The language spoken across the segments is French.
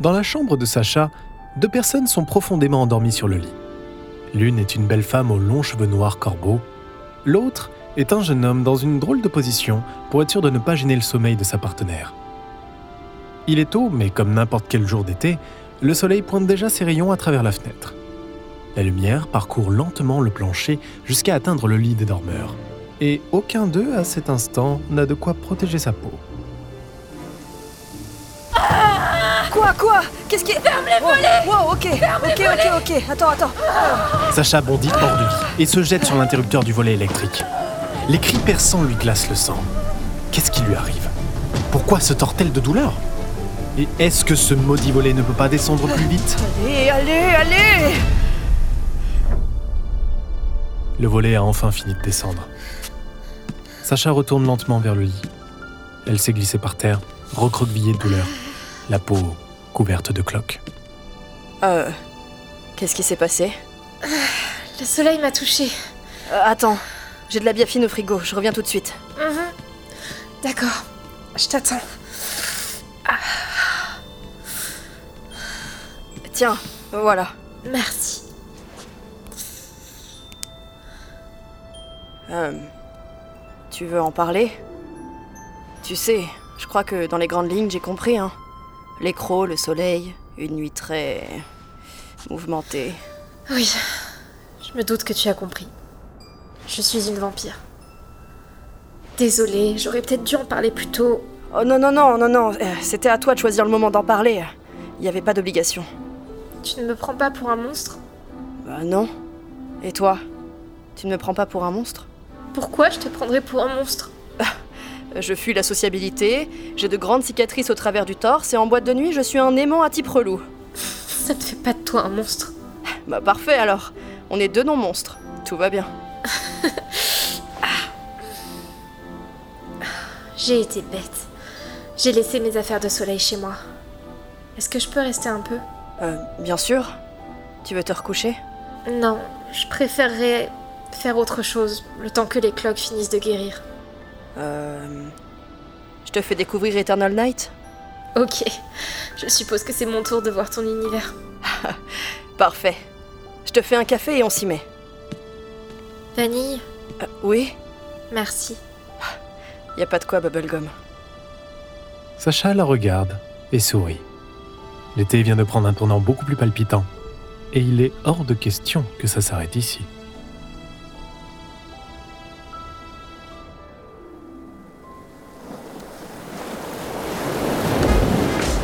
Dans la chambre de Sacha, deux personnes sont profondément endormies sur le lit. L'une est une belle femme aux longs cheveux noirs corbeaux, l'autre est un jeune homme dans une drôle de position pour être sûr de ne pas gêner le sommeil de sa partenaire. Il est tôt, mais comme n'importe quel jour d'été, le soleil pointe déjà ses rayons à travers la fenêtre. La lumière parcourt lentement le plancher jusqu'à atteindre le lit des dormeurs, et aucun d'eux à cet instant n'a de quoi protéger sa peau. Quoi, quoi Qu'est-ce qui. Ferme les volets Wow, ok, ok, ok, ok. Attends, attends. Sacha bondit hors du lit et se jette sur l'interrupteur du volet électrique. Les cris perçants lui glacent le sang. Qu'est-ce qui lui arrive Pourquoi se tord-elle de douleur Et est-ce que ce maudit volet ne peut pas descendre plus vite Allez, allez, allez Le volet a enfin fini de descendre. Sacha retourne lentement vers le lit. Elle s'est glissée par terre, recroquevillée de douleur, la peau couverte de cloques. Euh. Qu'est-ce qui s'est passé Le soleil m'a touchée. Euh, Attends, j'ai de la biafine au frigo, je reviens tout de suite. Mhm. D'accord, je t'attends. Tiens, voilà. Merci. Euh, tu veux en parler Tu sais, je crois que dans les grandes lignes, j'ai compris, hein. Les crocs, le soleil, une nuit très. mouvementée. Oui, je me doute que tu as compris. Je suis une vampire. Désolée, j'aurais peut-être dû en parler plus tôt. Oh non, non, non, non, non, euh, c'était à toi de choisir le moment d'en parler. Il n'y avait pas d'obligation. Tu ne me prends pas pour un monstre Bah non. Et toi Tu ne me prends pas pour un monstre Pourquoi je te prendrais pour un monstre Euh, Je fuis la sociabilité, j'ai de grandes cicatrices au travers du torse et en boîte de nuit, je suis un aimant à type relou. Ça ne fait pas de toi un monstre. Bah parfait alors, on est deux non-monstres, tout va bien. J'ai été bête. J'ai laissé mes affaires de soleil chez moi. Est-ce que je peux rester un peu Euh, bien sûr. Tu veux te recoucher Non, je préférerais faire autre chose le temps que les cloques finissent de guérir. Euh... Je te fais découvrir Eternal Night Ok, je suppose que c'est mon tour de voir ton univers. Parfait. Je te fais un café et on s'y met. Vanille, Euh, oui merci. Y a pas de quoi, Bubblegum. Sacha la regarde et sourit. L'été vient de prendre un tournant beaucoup plus palpitant, et il est hors de question que ça s'arrête ici.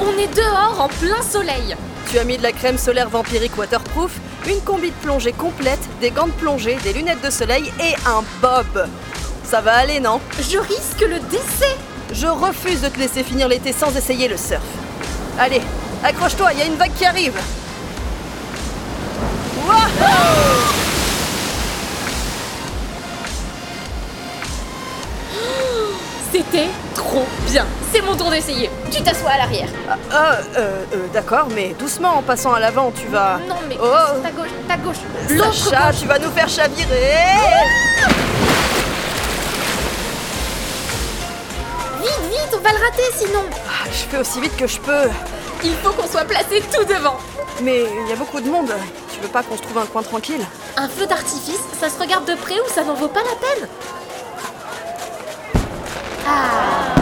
On est dehors en plein soleil Tu as mis de la crème solaire vampirique waterproof, une combi de plongée complète, des gants de plongée, des lunettes de soleil et un bob. Ça va aller, non Je risque le décès Je refuse de te laisser finir l'été sans essayer le surf. Allez, accroche-toi, y a une vague qui arrive. Wouah C'était trop bien C'est mon tour d'essayer Tu t'assois à l'arrière Ah, euh, euh, d'accord, mais doucement en passant à l'avant, tu vas. Non mais, Oh. ta gauche, ta gauche L'autre Sacha, tu vas nous faire chavirer gauche. Vite, vite, on va le rater sinon Ah, Je fais aussi vite que je peux, Il faut qu'on soit placé tout devant mais il y a beaucoup de monde. Tu veux pas qu'on se trouve un coin tranquille Un feu d'artifice, ça se regarde de près ou ça n'en vaut pas la peine Ah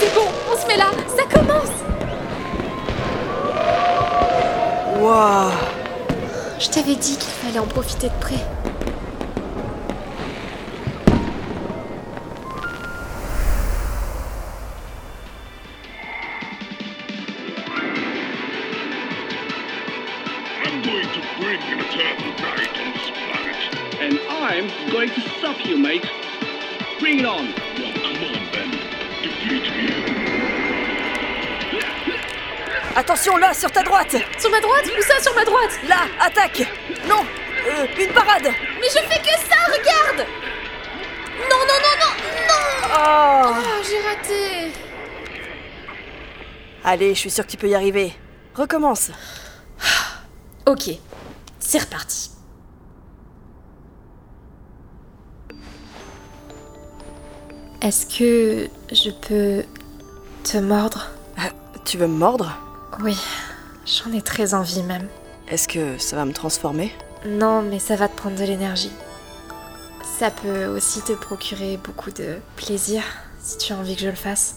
C'est bon, on se met là, ça commence Waouh Je t'avais dit qu'il fallait en profiter de près. I'm going to bring an eternal night on this planet. And I'm going to stop you, mate. Bring it on. Well, come on then. Defeat me. Attention là, sur ta droite Sur ma droite Ou ça sur ma droite Là, attaque Non euh, Une parade Mais je fais que ça, regarde Non, non, non, non, non Oh Oh, j'ai raté Allez, je suis sûre que tu peux y arriver. Recommence Ok, c'est reparti. Est-ce que je peux te mordre Tu veux me mordre Oui, j'en ai très envie même. Est-ce que ça va me transformer Non, mais ça va te prendre de l'énergie. Ça peut aussi te procurer beaucoup de plaisir si tu as envie que je le fasse.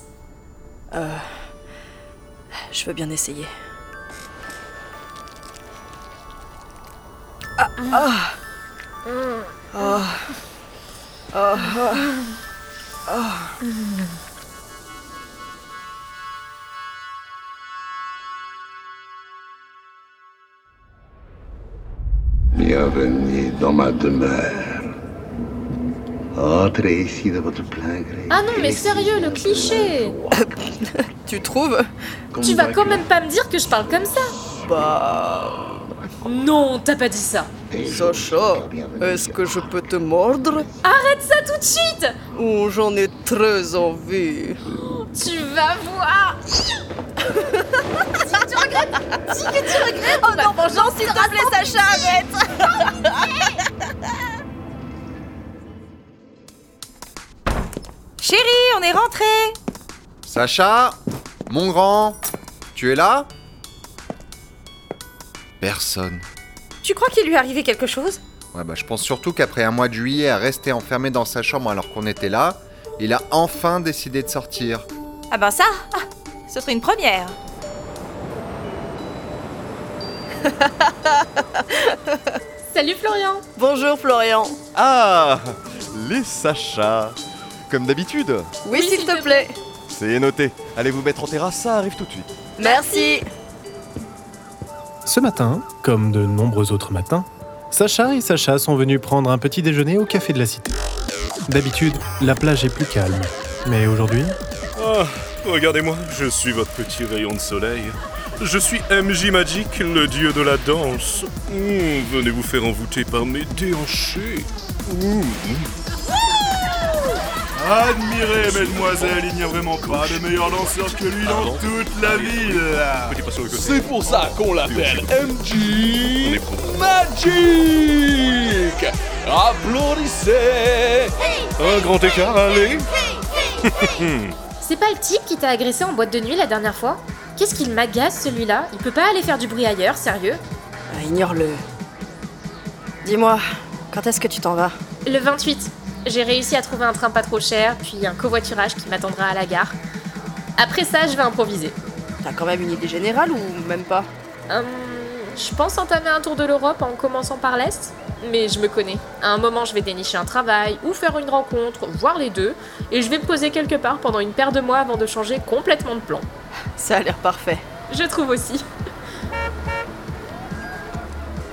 Euh. Je veux bien essayer. Ah, ah. Ah. Ah, ah. Ah. Bienvenue dans ma demeure. Entrez ici de votre plein gré. Ah non, mais sérieux, le cliché Tu trouves Tu vas quand même pas me dire que je parle comme ça Bah. Non, t'as pas dit ça Sacha, est-ce que je peux te mordre Arrête ça tout de suite Ou j'en ai très envie Tu vas voir Dis que tu regrettes Dis que tu regrettes Oh non, vengeance, s'il te plaît, Sacha, arrête Chérie, on est rentré Sacha Mon grand Tu es là Personne. Tu crois qu'il lui est arrivé quelque chose Ouais, bah, je pense surtout qu'après un mois de juillet à rester enfermé dans sa chambre alors qu'on était là, il a enfin décidé de sortir. Ah ben ça, ah, ce serait une première. Salut Florian Bonjour Florian Ah Les Sacha Comme d'habitude Oui, s'il te plaît C'est noté. Allez vous mettre en terrasse, ça arrive tout de suite. Merci Ce matin, comme de nombreux autres matins, Sacha et Sacha sont venus prendre un petit déjeuner au café de la cité. D'habitude, la plage est plus calme, mais aujourd'hui, Ah, regardez-moi, je suis votre petit rayon de soleil. Je suis MJ Magic, le dieu de la danse. Mmh, venez vous faire envoûter par mes déhanchés. Mmh. Admirez, mesdemoiselles, il n'y a vraiment pas de meilleur danseur que lui Ah dans toute la ville. C'est pour ça qu'on l'appelle On MJ est pro. Magic Applaudissez Un grand hein. écart, allez C'est pas le type qui t'a agressé en boîte de nuit la dernière fois Qu'est-ce qu'il m'agace celui-là Il peut pas aller faire du bruit ailleurs, sérieux Ah, Ignore-le. Dis-moi, quand est-ce que tu t'en vas Le 28, j'ai réussi à trouver un train pas trop cher, puis un covoiturage qui m'attendra à la gare. Après ça, je vais improviser. T'as quand même une idée générale ou même pas Hum, je pense entamer un tour de l'Europe en commençant par l'Est, mais je me connais. À un moment, je vais dénicher un travail ou faire une rencontre, voire les deux, et je vais me poser quelque part pendant une paire de mois avant de changer complètement de plan. Ça a l'air parfait. Je trouve aussi.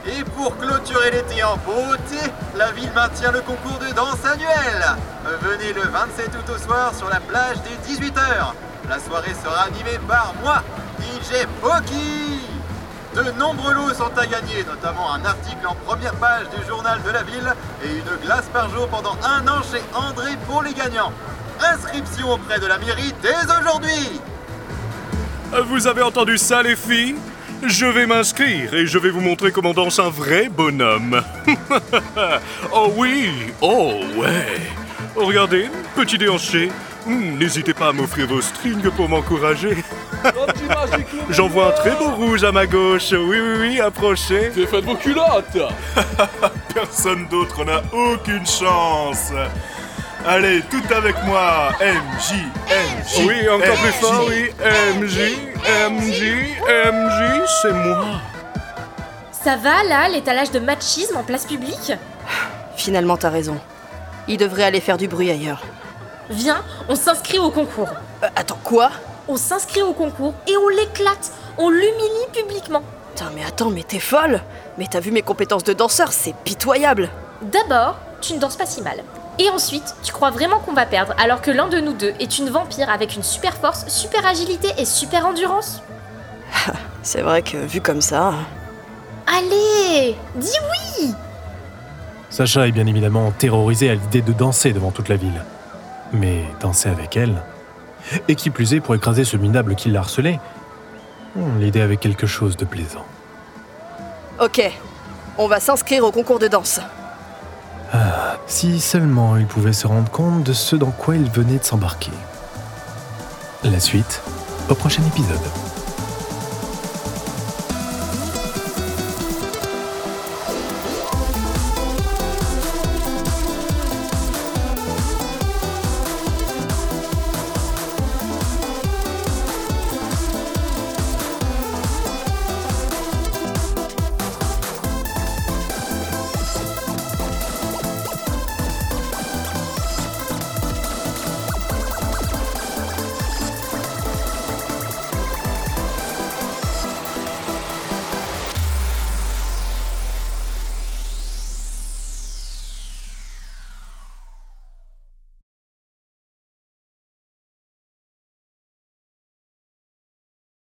Et pour clôturer l'été en beauté, la ville maintient le concours de danse annuel. Venez le 27 août au soir sur la plage dès 18h. La soirée sera animée par moi, DJ Poki. De nombreux lots sont à gagner, notamment un article en première page du journal de la ville et une glace par jour pendant un an chez André pour les gagnants. Inscription auprès de la mairie dès aujourd'hui. Euh, Vous avez entendu ça, les filles Je vais m'inscrire et je vais vous montrer comment danse un vrai bonhomme. oh oui Oh ouais Oh, Regardez, petit déhanché. Hmm, N'hésitez pas à m'offrir vos strings pour m'encourager. J'en vois un très beau rouge à ma gauche. Oui, oui, oui, approchez. T'es fait de vos culottes Personne d'autre n'a aucune chance. Allez, tout avec moi. MJ, MJ. Oui, encore plus fort, oui. MJ, MJ, MJ, c'est moi. Ça va là, l'étalage de machisme en place publique Finalement, t'as raison. Il devrait aller faire du bruit ailleurs. Viens, on s'inscrit au concours. Euh, attends, quoi On s'inscrit au concours et on l'éclate, on l'humilie publiquement. Putain, mais attends, mais t'es folle Mais t'as vu mes compétences de danseur, c'est pitoyable D'abord, tu ne danses pas si mal. Et ensuite, tu crois vraiment qu'on va perdre alors que l'un de nous deux est une vampire avec une super force, super agilité et super endurance C'est vrai que, vu comme ça... hein. Allez Dis oui Sacha est bien évidemment terrorisée à l'idée de danser devant toute la ville. Mais danser avec elle Et qui plus est pour écraser ce minable qui la harcelait hmm, L'idée avait quelque chose de plaisant. Ok, on va s'inscrire au concours de danse. Si seulement il pouvait se rendre compte de ce dans quoi il venait de s'embarquer. La suite, au prochain épisode.